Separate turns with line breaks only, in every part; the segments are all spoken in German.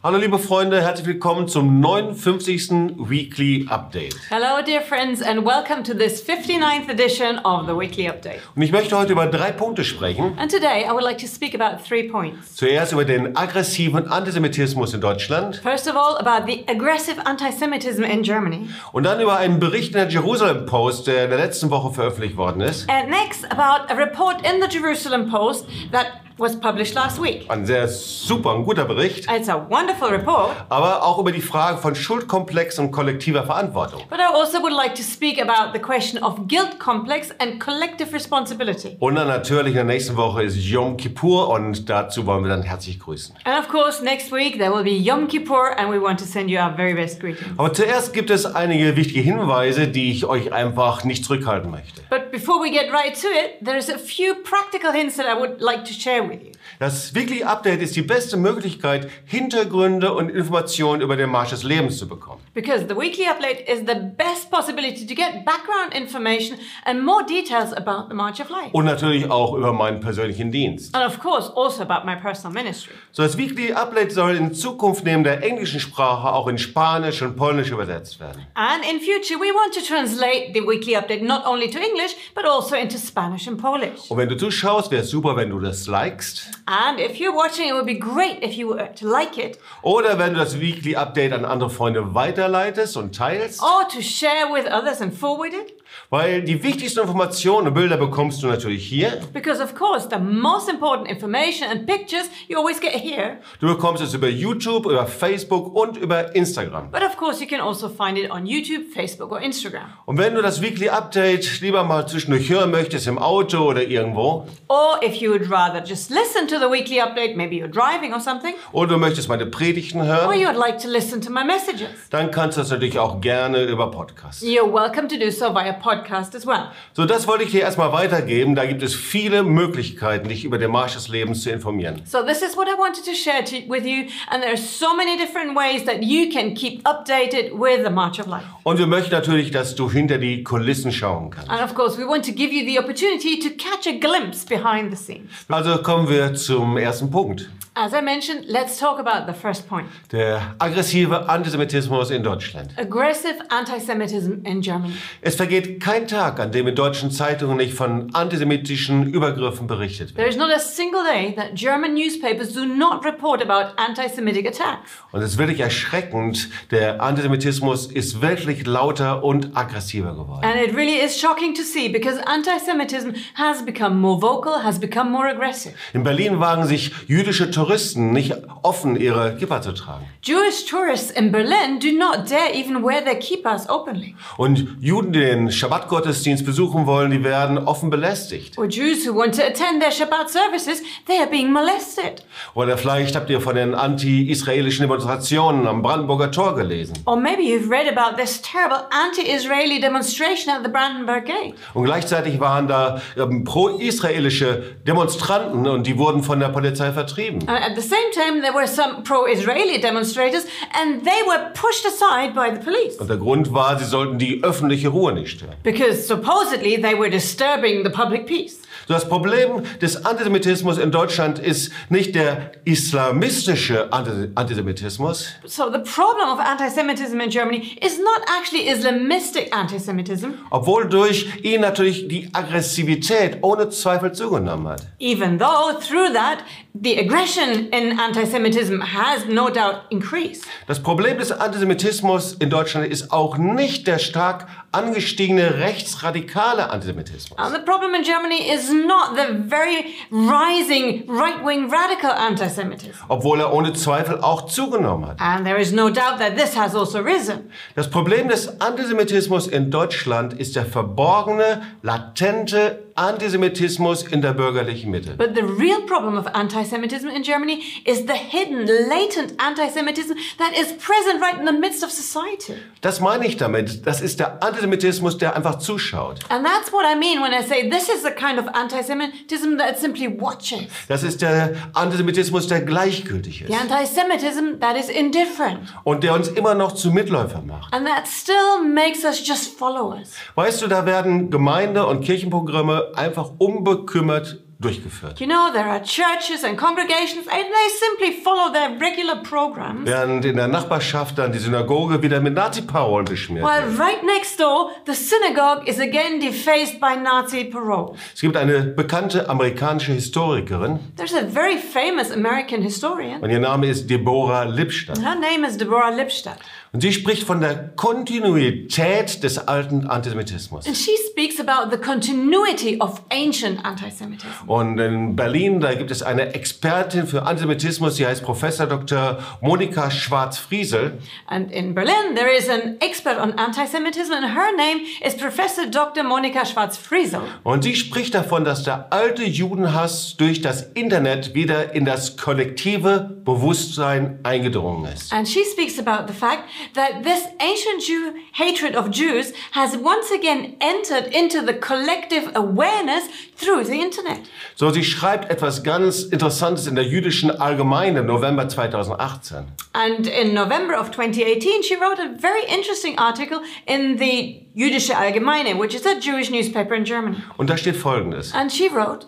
Hallo liebe Freunde, herzlich willkommen zum 59. Weekly Update.
Hello, dear friends, and welcome to this 59th edition of the Weekly Update.
Und ich möchte heute über drei Punkte sprechen.
And today I would like to speak about three points.
Zuerst über den aggressiven Antisemitismus in Deutschland
First of all, about the aggressive anti Semitism in Germany.
und dann über einen Bericht in der Jerusalem Post, der in der letzten Woche veröffentlicht worden ist.
And next, about a report in the Jerusalem Post that was published last week.
Ein sehr super, ein guter Bericht,
It's a wonderful report,
aber auch über die Frage von Schuldkomplex und kollektiver Verantwortung.
but I also would like to speak about the question of guilt complex and collective responsibility.
Und dann natürlich in der nächsten Woche ist Yom Kippur und dazu wollen wir dann herzlich grüßen.
And of course, next week there will be Yom Kippur, and we want to send you our very best greetings.
Aber zuerst gibt es einige wichtige Hinweise, die ich euch einfach nicht zurückhalten möchte.
But before we get right to it, there's a few practical hints that I would like to share with you.
Das Weekly Update ist die beste Möglichkeit, Hintergründe und Informationen über den Marsch des Lebens zu bekommen.
Because the weekly update is the best possibility to get background information and more details about the March of Life.
Und natürlich auch über meinen persönlichen Dienst.
And of course, also about my personal ministry.
So, das Weekly Update soll in Zukunft neben der englischen Sprache auch in Spanisch und Polnisch übersetzt werden.
And in future, we want to translate the weekly update not only to English, but also into Spanish and Polish.
Und wenn du zuschaust, wäre es super, wenn du das likest.
And if you're watching, it would be great if you were to like it
Oder wenn du das Weekly Update an andere Freunde weiterleitest und teilst.
or to share with others and forward it.
Weil die wichtigsten Informationen und Bilder bekommst du natürlich hier.
Because of course, the most important information and pictures you always get here.
Du bekommst es über YouTube, über Facebook und über Instagram.
But of course, you can also find it on YouTube, Facebook, or Instagram.
Und wenn du das Weekly Update lieber mal zwischendurch hören möchtest, im Auto oder irgendwo,
Or if you would rather just listen to the weekly update, maybe you're driving or something,
oder du möchtest meine Predigten
or
hören,
you would like to listen to my messages,
dann kannst du das natürlich auch gerne über Podcast.
you're welcome to do so via podcast as well.
So, das wollte ich dir erstmal weitergeben. Da gibt es viele Möglichkeiten, dich über den Marsch des Lebens zu informieren.
So this is what I wanted to share to, with you, and there are so many different ways that you can keep updated with the March of Life.
Und wir möchten natürlich, dass du hinter die Kulissen schauen kannst.
And of course, we want to give you the opportunity to catch a glimpse behind the scenes.
Also kommen wir zum ersten Punkt.
As I mentioned, let's talk about the first point:
Der aggressive Antisemitismus in Deutschland.
aggressive anti-Semitism in Germany.
Es vergeht kein Tag, an dem in deutschen Zeitungen nicht von antisemitischen Übergriffen berichtet wird.
There is not a single day that German newspapers do not report about anti-Semitic attacks.
Und es ist wirklich erschreckend, der Antisemitismus ist wirklich lauter und aggressiver geworden.
And it really is shocking to see because anti Semitism has become more vocal, has become more aggressive.
In Berlin wagen sich jüdische Touristen nicht offen, ihre Kippa zu tragen.
Jewish tourists in Berlin do not dare even wear their kippas openly.
Und Juden, die den Schabbatgottesdienst besuchen wollen, die werden offen belästigt.
Or Jews who want to attend their Shabbat services, they are being molested.
Oder vielleicht habt ihr von den anti-israelischen Demonstrationen am Brandenburger Tor gelesen.
Or maybe you've read about this terrible anti Israeli demonstration at the Brandenburg Gate.
Und gleichzeitig waren da ähm, pro-israelische Demonstranten und die wurden von der Polizei vertrieben.
And Uh, at the same time, there were some pro Israeli demonstrators and they were pushed aside by the police.
Und der Grund war, sie sollten die öffentliche Ruhe nicht stören.
Because supposedly they were disturbing the public peace.
So, Das Problem des Antisemitismus in Deutschland ist nicht der islamistische Anti- Antisemitismus,
So the problem of anti-Semitism in Germany is not actually Islamistic anti-Semitism,
obwohl durch ihn natürlich die Aggressivität ohne Zweifel zugenommen hat.
even though through that the aggression in anti-Semitism has no doubt increased.
Das Problem des Antisemitismus in Deutschland ist auch nicht der stark angestiegene rechtsradikale Antisemitismus.
And the problem in Germany is not the very rising right-wing radical anti-Semitism.
obwohl er ohne Zweifel auch zugenommen hat.
And there is no doubt that this has also risen.
Das Problem des Antisemitismus in Deutschland ist der verborgene, latente Antisemitismus in der bürgerlichen Mitte.
But the real problem of anti-Semitism in Germany is the hidden, latent anti-Semitism that is present right in the midst of society.
Das meine ich damit. Das ist der Antisemitismus, der einfach zuschaut.
And that's what I mean when I say this is a kind of anti Semitism that simply watches.
Das ist der Antisemitismus, der gleichgültig ist
The anti Semitism that is indifferent.
und der uns immer noch zu Mitläufern macht.
And that still makes us just followers.
Weißt du, da werden Gemeinde- und Kirchenprogramme einfach unbekümmert durchgeführt.
You know, there are churches and congregations, and they simply follow their regular programs.
Während in der Nachbarschaft dann die Synagoge wieder mit Nazi-Parolen beschmiert
While
wird.
right next door, the synagogue is again defaced by Nazi parole.
Es gibt eine bekannte amerikanische Historikerin
There's a very famous American historian.
und ihr Name ist Deborah Lipstadt.
Her name is Deborah Lipstadt,
Und sie spricht von der Kontinuität des alten Antisemitismus.
and she speaks about the continuity of ancient anti-Semitism.
Und in Berlin, da gibt es eine Expertin für Antisemitismus, die heißt Professor Dr. Monika Schwarz-Friesel.
And in Berlin, there is an expert on anti-Semitism, and her name is Professor Dr. Monika Schwarz-Friesel.
Und sie spricht davon, dass der alte Judenhass durch das Internet wieder in das kollektive Bewusstsein eingedrungen ist.
And she speaks about the fact that this ancient Jew hatred of Jews has once again entered into the collective awareness through the internet.
So, sie schreibt etwas ganz Interessantes in der jüdischen Allgemeine, November 2018.
And in November of 2018, she wrote a very interesting article in the Jüdische Allgemeine, which is a Jewish newspaper in Germany.
Und da steht Folgendes.
And she wrote,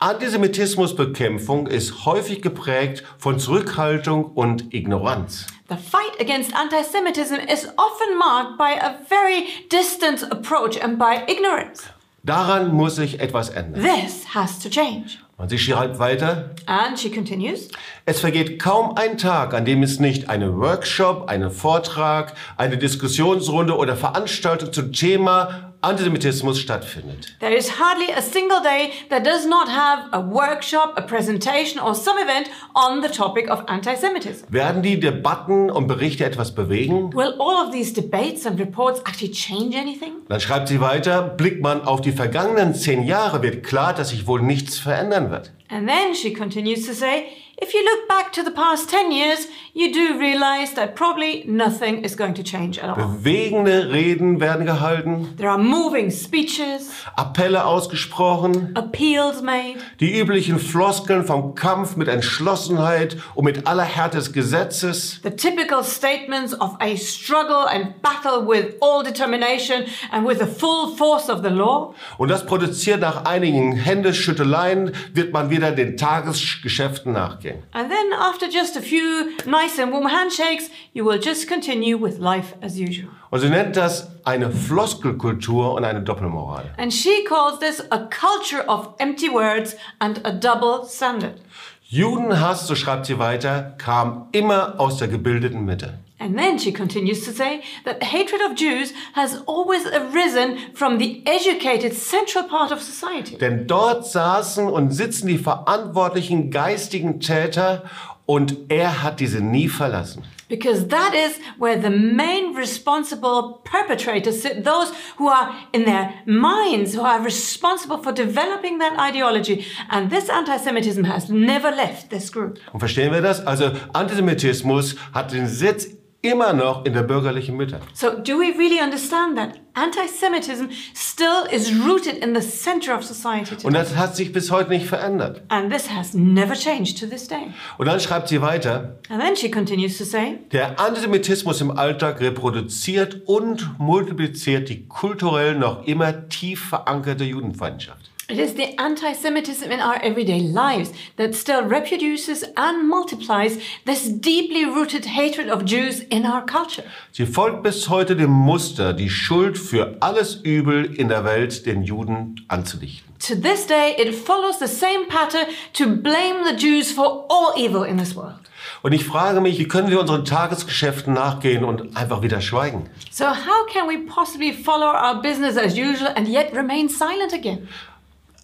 Antisemitismusbekämpfung ist häufig geprägt von Zurückhaltung und Ignoranz.
The fight against anti Semitism is often marked by a very distant approach and by ignorance.
Daran muss sich etwas ändern.
This has to change.
Und sie schreibt weiter,
And she continues
es vergeht kaum ein Tag, an dem es nicht einen Workshop, einen Vortrag, eine Diskussionsrunde oder Veranstaltung zum Thema Antisemitismus stattfindet.
There is hardly a single day that does not have a workshop, a presentation, or some event on the topic of anti Semitism.
Werden die Debatten und Berichte etwas bewegen?
Will all of these debates and reports actually change anything?
Dann schreibt sie weiter, blickt man auf die vergangenen zehn Jahre, wird klar, dass sich wohl nichts verändern wird.
And then she continues to say, if you look back to the past 10 years, you do realize that probably nothing is going to change at all.
Bewegende Reden werden gehalten,
There are moving speeches,
Appelle ausgesprochen,
appeals made,
die üblichen Floskeln vom Kampf mit Entschlossenheit und mit aller Härte des Gesetzes.
the typical statements of a struggle and battle with all determination and with the full force of the law.
Und das produziert nach einigen Händeschütteleien, wird man wieder den Tagesgeschäften nachgehen.
And then, after just a few nice and warm handshakes, you will just continue with life as usual.
Und sie nennt das eine Floskelkultur und eine Doppelmoral.
And she calls this a culture of empty words and a double standard.
Judenhass, so schreibt sie weiter, kam immer aus der gebildeten Mitte.
And then she continues to say that the hatred of Jews has always arisen from the educated central part of society.
Denn dort saßen und sitzen die verantwortlichen geistigen Täter und er hat diese nie verlassen.
Because that is where the main responsible perpetrators sit, those who are in their minds, who are responsible for developing that ideology. And this anti Semitism has never left this group.
Und verstehen wir das? Also Antisemitismus hat den Sitz immer noch in der bürgerlichen Mitte.
So, do we really understand that? Anti Semitism still is rooted in the center of society
Und
today.
das hat sich bis heute nicht verändert.
And this has never changed to this day.
Und dann schreibt sie weiter,
And then she continues to say,
Der Antisemitismus im Alltag reproduziert und multipliziert die kulturell noch immer tief verankerte Judenfeindschaft.
It is the anti Semitism in our everyday lives that still reproduces and multiplies this deeply rooted hatred of Jews in our culture.
Sie folgt bis heute dem Muster, die Schuld für alles Übel in der Welt den Juden anzudichten.
To this day, it follows the same pattern to blame the Jews for all evil in this world.
Und ich frage mich, wie können wir unseren Tagesgeschäften nachgehen und einfach wieder schweigen?
So, how can we possibly follow our business as usual and yet remain silent again?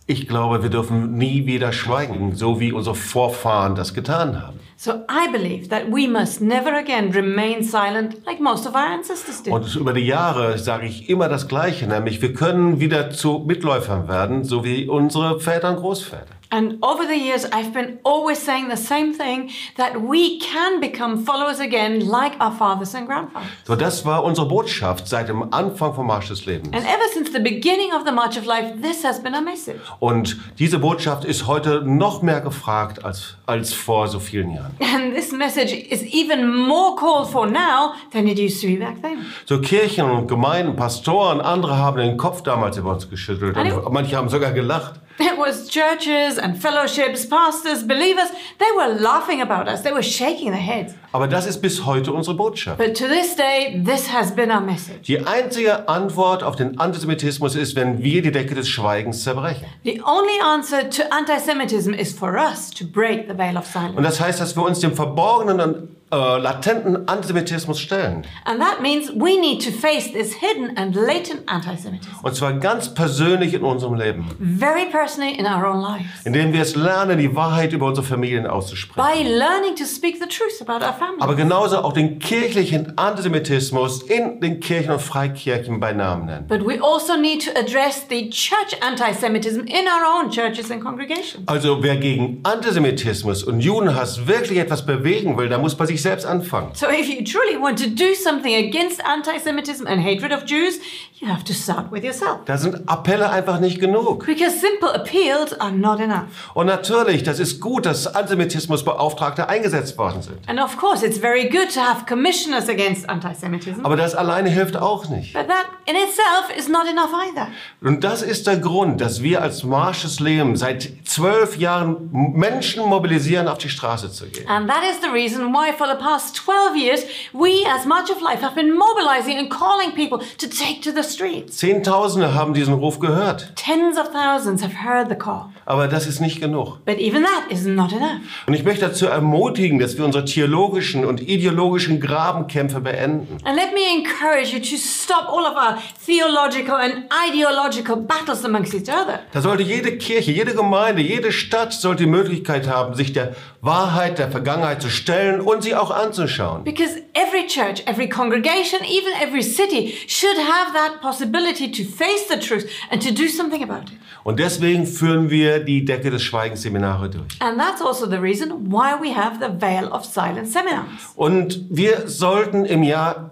Ich glaube, wir dürfen nie wieder schweigen, so wie unsere Vorfahren das getan haben.
So, I believe that we must never again remain silent like most of our ancestors did.
Und über die Jahre sage ich immer das Gleiche, nämlich wir können wieder zu Mitläufern werden, so wie unsere Väter und Großväter.
And over the years, I've been always saying the same thing that we can become followers again, like our fathers and grandfathers.
So, das war unsere Botschaft seit dem Anfang vom Marsch des Lebens.
And ever since the beginning of the March of Life, this has been our message.
Und diese Botschaft ist heute noch mehr gefragt als, als vor so vielen Jahren.
And this message is even more called for now than it used to be back then.
So Kirchen und Gemeinden, Pastoren, andere haben den Kopf damals über uns geschüttelt
Hallo.
und manche haben sogar gelacht.
It was churches and fellowships, pastors, believers. They were laughing about us. They were shaking their heads.
Aber das ist bis heute unsere Botschaft.
But to this day, this has been our message.
Die einzige Antwort auf den Antisemitismus ist, wenn wir die Decke des Schweigens zerbrechen.
The only answer to anti-Semitism is for us to break the veil of silence.
Und das heißt, dass wir uns dem verborgenen und äh, latenten Antisemitismus stellen.
And that means we need to face this hidden and latent anti-Semitism
Und zwar ganz persönlich in unserem Leben,
very personally in our own lives
indem wir es lernen, die Wahrheit über unsere Familien auszusprechen.
by learning to speak the truth about our family.
Aber genauso auch den kirchlichen Antisemitismus in den Kirchen und Freikirchen bei Namen nennen.
But we also need to address the church anti-Semitism in our own churches and congregations.
Also wer gegen Antisemitismus und Judenhass wirklich etwas bewegen will, der muss bei sich selbst anfangen.
So if you truly want to do something against anti-Semitism and hatred of Jews, you have to start with yourself.
Da sind Appelle einfach nicht genug.
Because simple appeals are not enough.
Und natürlich, das ist gut, dass Antisemitismusbeauftragte eingesetzt worden sind.
And of course, it's very good to have commissioners against anti-Semitism.
Aber das alleine hilft auch nicht.
But that in itself is not enough either.
Und das ist der Grund, dass wir als Marsches Leben seit zwölf Jahren Menschen mobilisieren, auf die Straße zu gehen.
And that is the reason why, for the past 12 years, we as March of Life have been mobilizing and calling people to take to the streets.
Zehntausende haben diesen Ruf gehört.
Tens of thousands have heard the call.
Aber das ist nicht genug.
But even that is not enough.
Und ich möchte dazu ermutigen, dass wir unsere theologischen und ideologischen Grabenkämpfe beenden.
And let me encourage you to stop all of our theological and ideological battles amongst each other.
Da sollte jede Kirche, jede Gemeinde, jede Stadt sollte die Möglichkeit haben, sich der Wahrheit der Vergangenheit zu stellen und sie auch anzuschauen.
Because every church, every congregation, even every city should have that possibility to face the truth and to do something about it.
Und deswegen führen wir die Decke des Schweigens Seminare durch.
And that's also the reason why we have the Veil of Silence seminars.
Und wir sollten im Jahr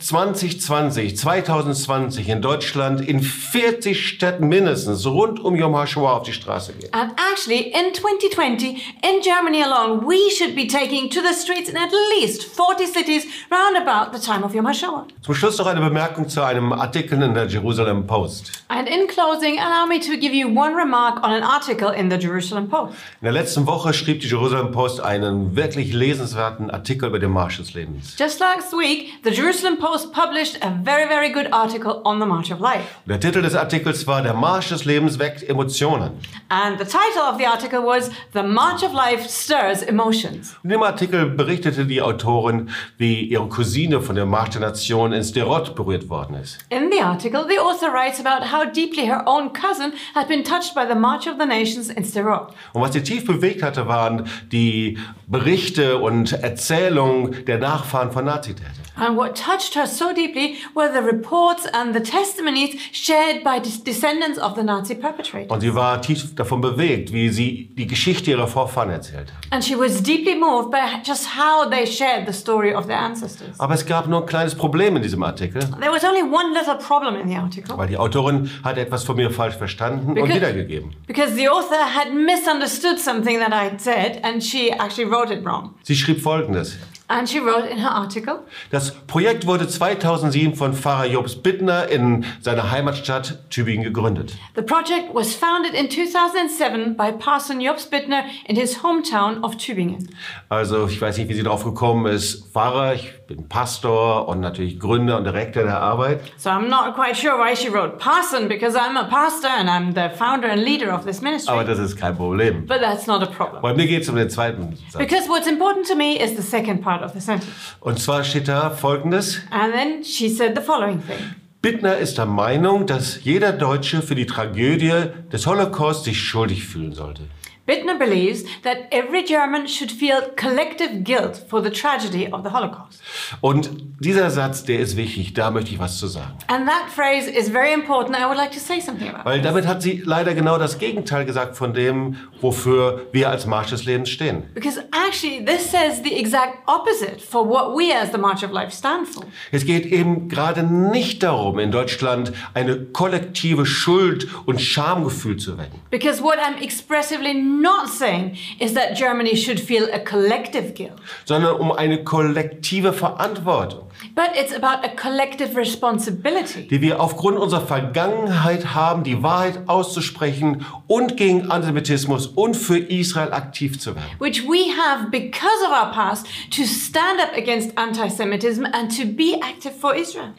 2020, 2020 in Deutschland in 40 Städten mindestens rund um Yom HaShoah auf die Straße gehen.
And Um, actually, in 2020, in Germany alone, we should be taking to the streets in at least 40 cities round about the time of Yom HaShoah.
Zum Schluss noch eine Bemerkung zu einem Artikel in der Jerusalem Post.
And in closing, allow me to give you one remark on an article in the Jerusalem Post.
In der letzten Woche schrieb die Jerusalem Post einen wirklich lesenswerten Artikel über den Marsch des Lebens.
Just last week, the Jerusalem Post published a very, very good article on the March of Life.
Der Titel des Artikels war Der Marsch des Lebens weckt Emotionen.
And the title of the article was The March of Life Stirs Emotions.
In dem Artikel berichtete die Autorin, wie ihre Cousine von der Marsch der Nation in Sderot berührt worden ist.
In the article, the author writes about how deeply her own cousin had been touched by the March of the Nations in Sderot.
Und was sie tief bewegt hatte, waren die Berichte und Erzählungen der Nachfahren von Nazitätern.
And what touched her so deeply were the reports and the testimonies shared by des- descendants of the Nazi perpetrator.
Und sie war tief davon bewegt, wie sie die Geschichte ihrer Vorfahren erzählt hat.
And she was deeply moved by just how they shared the story of their ancestors.
Aber es gab nur ein kleines Problem in diesem Artikel.
There was only one little problem in the article
Weil die Autorin hat etwas von mir falsch verstanden und
Because-
wiedergegeben.
because the author had misunderstood something that I had said and she actually wrote it wrong.
Sie schrieb folgendes.
And she wrote in her article
Das Projekt wurde 2007 von Pfarrer Jobs Bittner in seiner Heimatstadt Tübingen gegründet.
The project was founded in 2007 by Parson Jobs Bittner in his hometown of Tübingen.
Also ich weiß nicht, wie sie drauf gekommen ist. Pfarrer, ich bin Pastor und natürlich Gründer und Direktor der Arbeit.
So I'm not quite sure why she wrote parson because I'm a pastor and I'm the founder and leader of this ministry.
Aber das ist kein Problem.
But that's not a problem.
Bei mir geht es um den zweiten Satz.
Because what's important to me is the second part of the sentence.
Und zwar steht da folgendes.
And then she said the following thing.
Bittner ist der Meinung, dass jeder Deutsche für die Tragödie des Holocaust sich schuldig fühlen sollte.
Bittner believes that every German should feel collective guilt for the tragedy of the Holocaust.
Und dieser Satz, der ist wichtig, da möchte ich was zu sagen.
And that phrase is very important. I would like to say something about it.
Weil damit hat sie leider genau das Gegenteil gesagt von dem, wofür wir als Marsch des Lebens stehen.
Because actually, this says the exact opposite for what we as the March of Life stand for.
Es geht eben gerade nicht darum, in Deutschland eine kollektive Schuld und Schamgefühl zu wecken.
Because what I'm expressively I'm not saying is that Germany should feel a collective guilt,
sondern um eine kollektive Verantwortung,
but it's about a collective responsibility.
die wir aufgrund unserer Vergangenheit haben, die Wahrheit auszusprechen und gegen Antisemitismus und für Israel aktiv zu werden.
which we have because of our past to stand up against anti Semitism and to be active for Israel.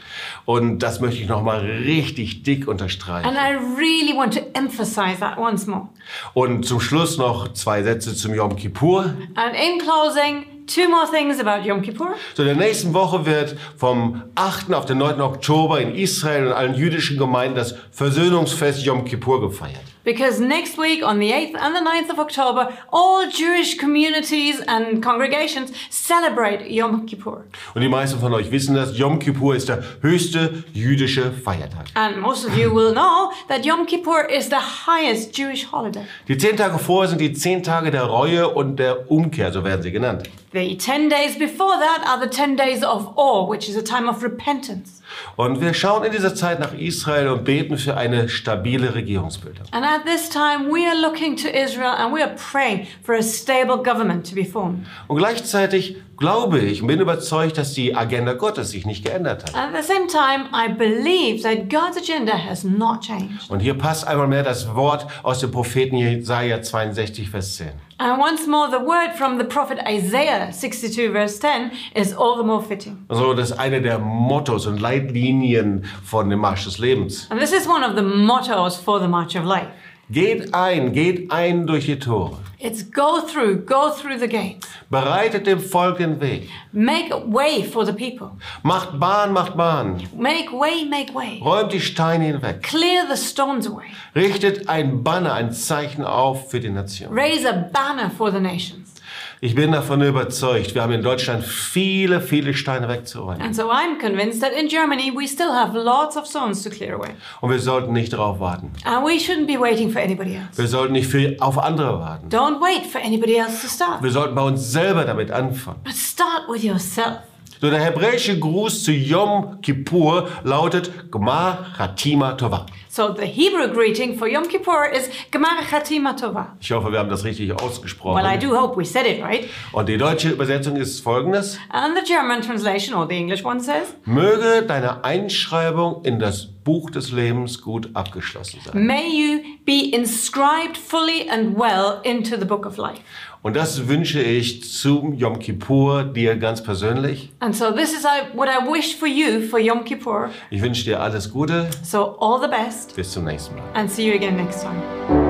Und das möchte ich nochmal richtig dick
And
unterstreichen.
I really want to emphasize that once more.
Und zum Schluss noch zwei Sätze zum Yom Kippur.
And in closing, two more things about Yom Kippur.
So, in der nächsten Woche wird vom 8. auf den 9. Oktober in Israel und allen jüdischen Gemeinden das Versöhnungsfest Yom Kippur gefeiert.
Because next week, on the 8th and the 9th of October, all Jewish communities and congregations celebrate Yom Kippur.
Und die meisten von euch wissen das, Yom Kippur ist der höchste jüdische Feiertag.
And most of you will know that Yom Kippur is the highest Jewish holiday.
Die zehn Tage vorher sind die zehn Tage der Reue und der Umkehr, so werden sie genannt.
The 10 days before that are the 10 days of awe, which is a time of repentance.
Und wir schauen in dieser Zeit nach Israel und beten für eine stabile Regierungsbildung.
And at this time, we are looking to Israel and we are praying for a stable government to be formed.
Und gleichzeitig glaube ich und bin überzeugt, dass die Agenda Gottes sich nicht geändert hat.
At the same time, I believe that God's agenda has not changed.
Und hier passt einmal mehr das Wort aus dem Propheten Jesaja 62, Vers 10.
And once more, the word from the prophet Isaiah 62, verse 10, is all the more fitting.
Also das ist eine der Mottos und Leitlinien von dem Marsch des Lebens.
And this is one of the mottos for the March of Life.
Geht ein, geht ein durch die Tore.
It's go through, go through the gates,
Bereitet dem Volk den Weg.
make way for the people,
Macht Bahn, macht Bahn.
make way, make way,
Räumt die Steine hinweg.
clear the storms away,
Richtet ein Banner, ein Zeichen auf für die Nation.
raise a banner for the nations.
Ich bin davon überzeugt, wir haben in Deutschland viele, viele Steine wegzuräumen.
And so I'm convinced that in Germany we still have lots of stones to clear away.
Und wir sollten nicht darauf warten.
And we shouldn't be waiting for anybody else.
Wir sollten nicht für, auf andere warten.
Don't wait for anybody else to start.
Wir sollten bei uns selber damit anfangen.
But start with yourself.
So der hebräische Gruß zu Yom Kippur lautet Gmar Hatima Tova.
So the Hebrew greeting for Yom Kippur is Gemar Chatima Tova.
Ich hoffe, wir haben das richtig ausgesprochen.
Well, I do hope we said it right.
Und die deutsche Übersetzung ist folgendes.
And the German translation, or the English one, says
Möge deine Einschreibung in das Buch des Lebens gut abgeschlossen sein.
May you be inscribed fully and well into the book of life.
Und das wünsche ich zum Yom Kippur dir ganz persönlich.
And so this is I- what I wish for you for Yom Kippur.
Ich wünsche dir alles Gute.
So all the best
Bis zum nächsten Mal.
and see you again next time.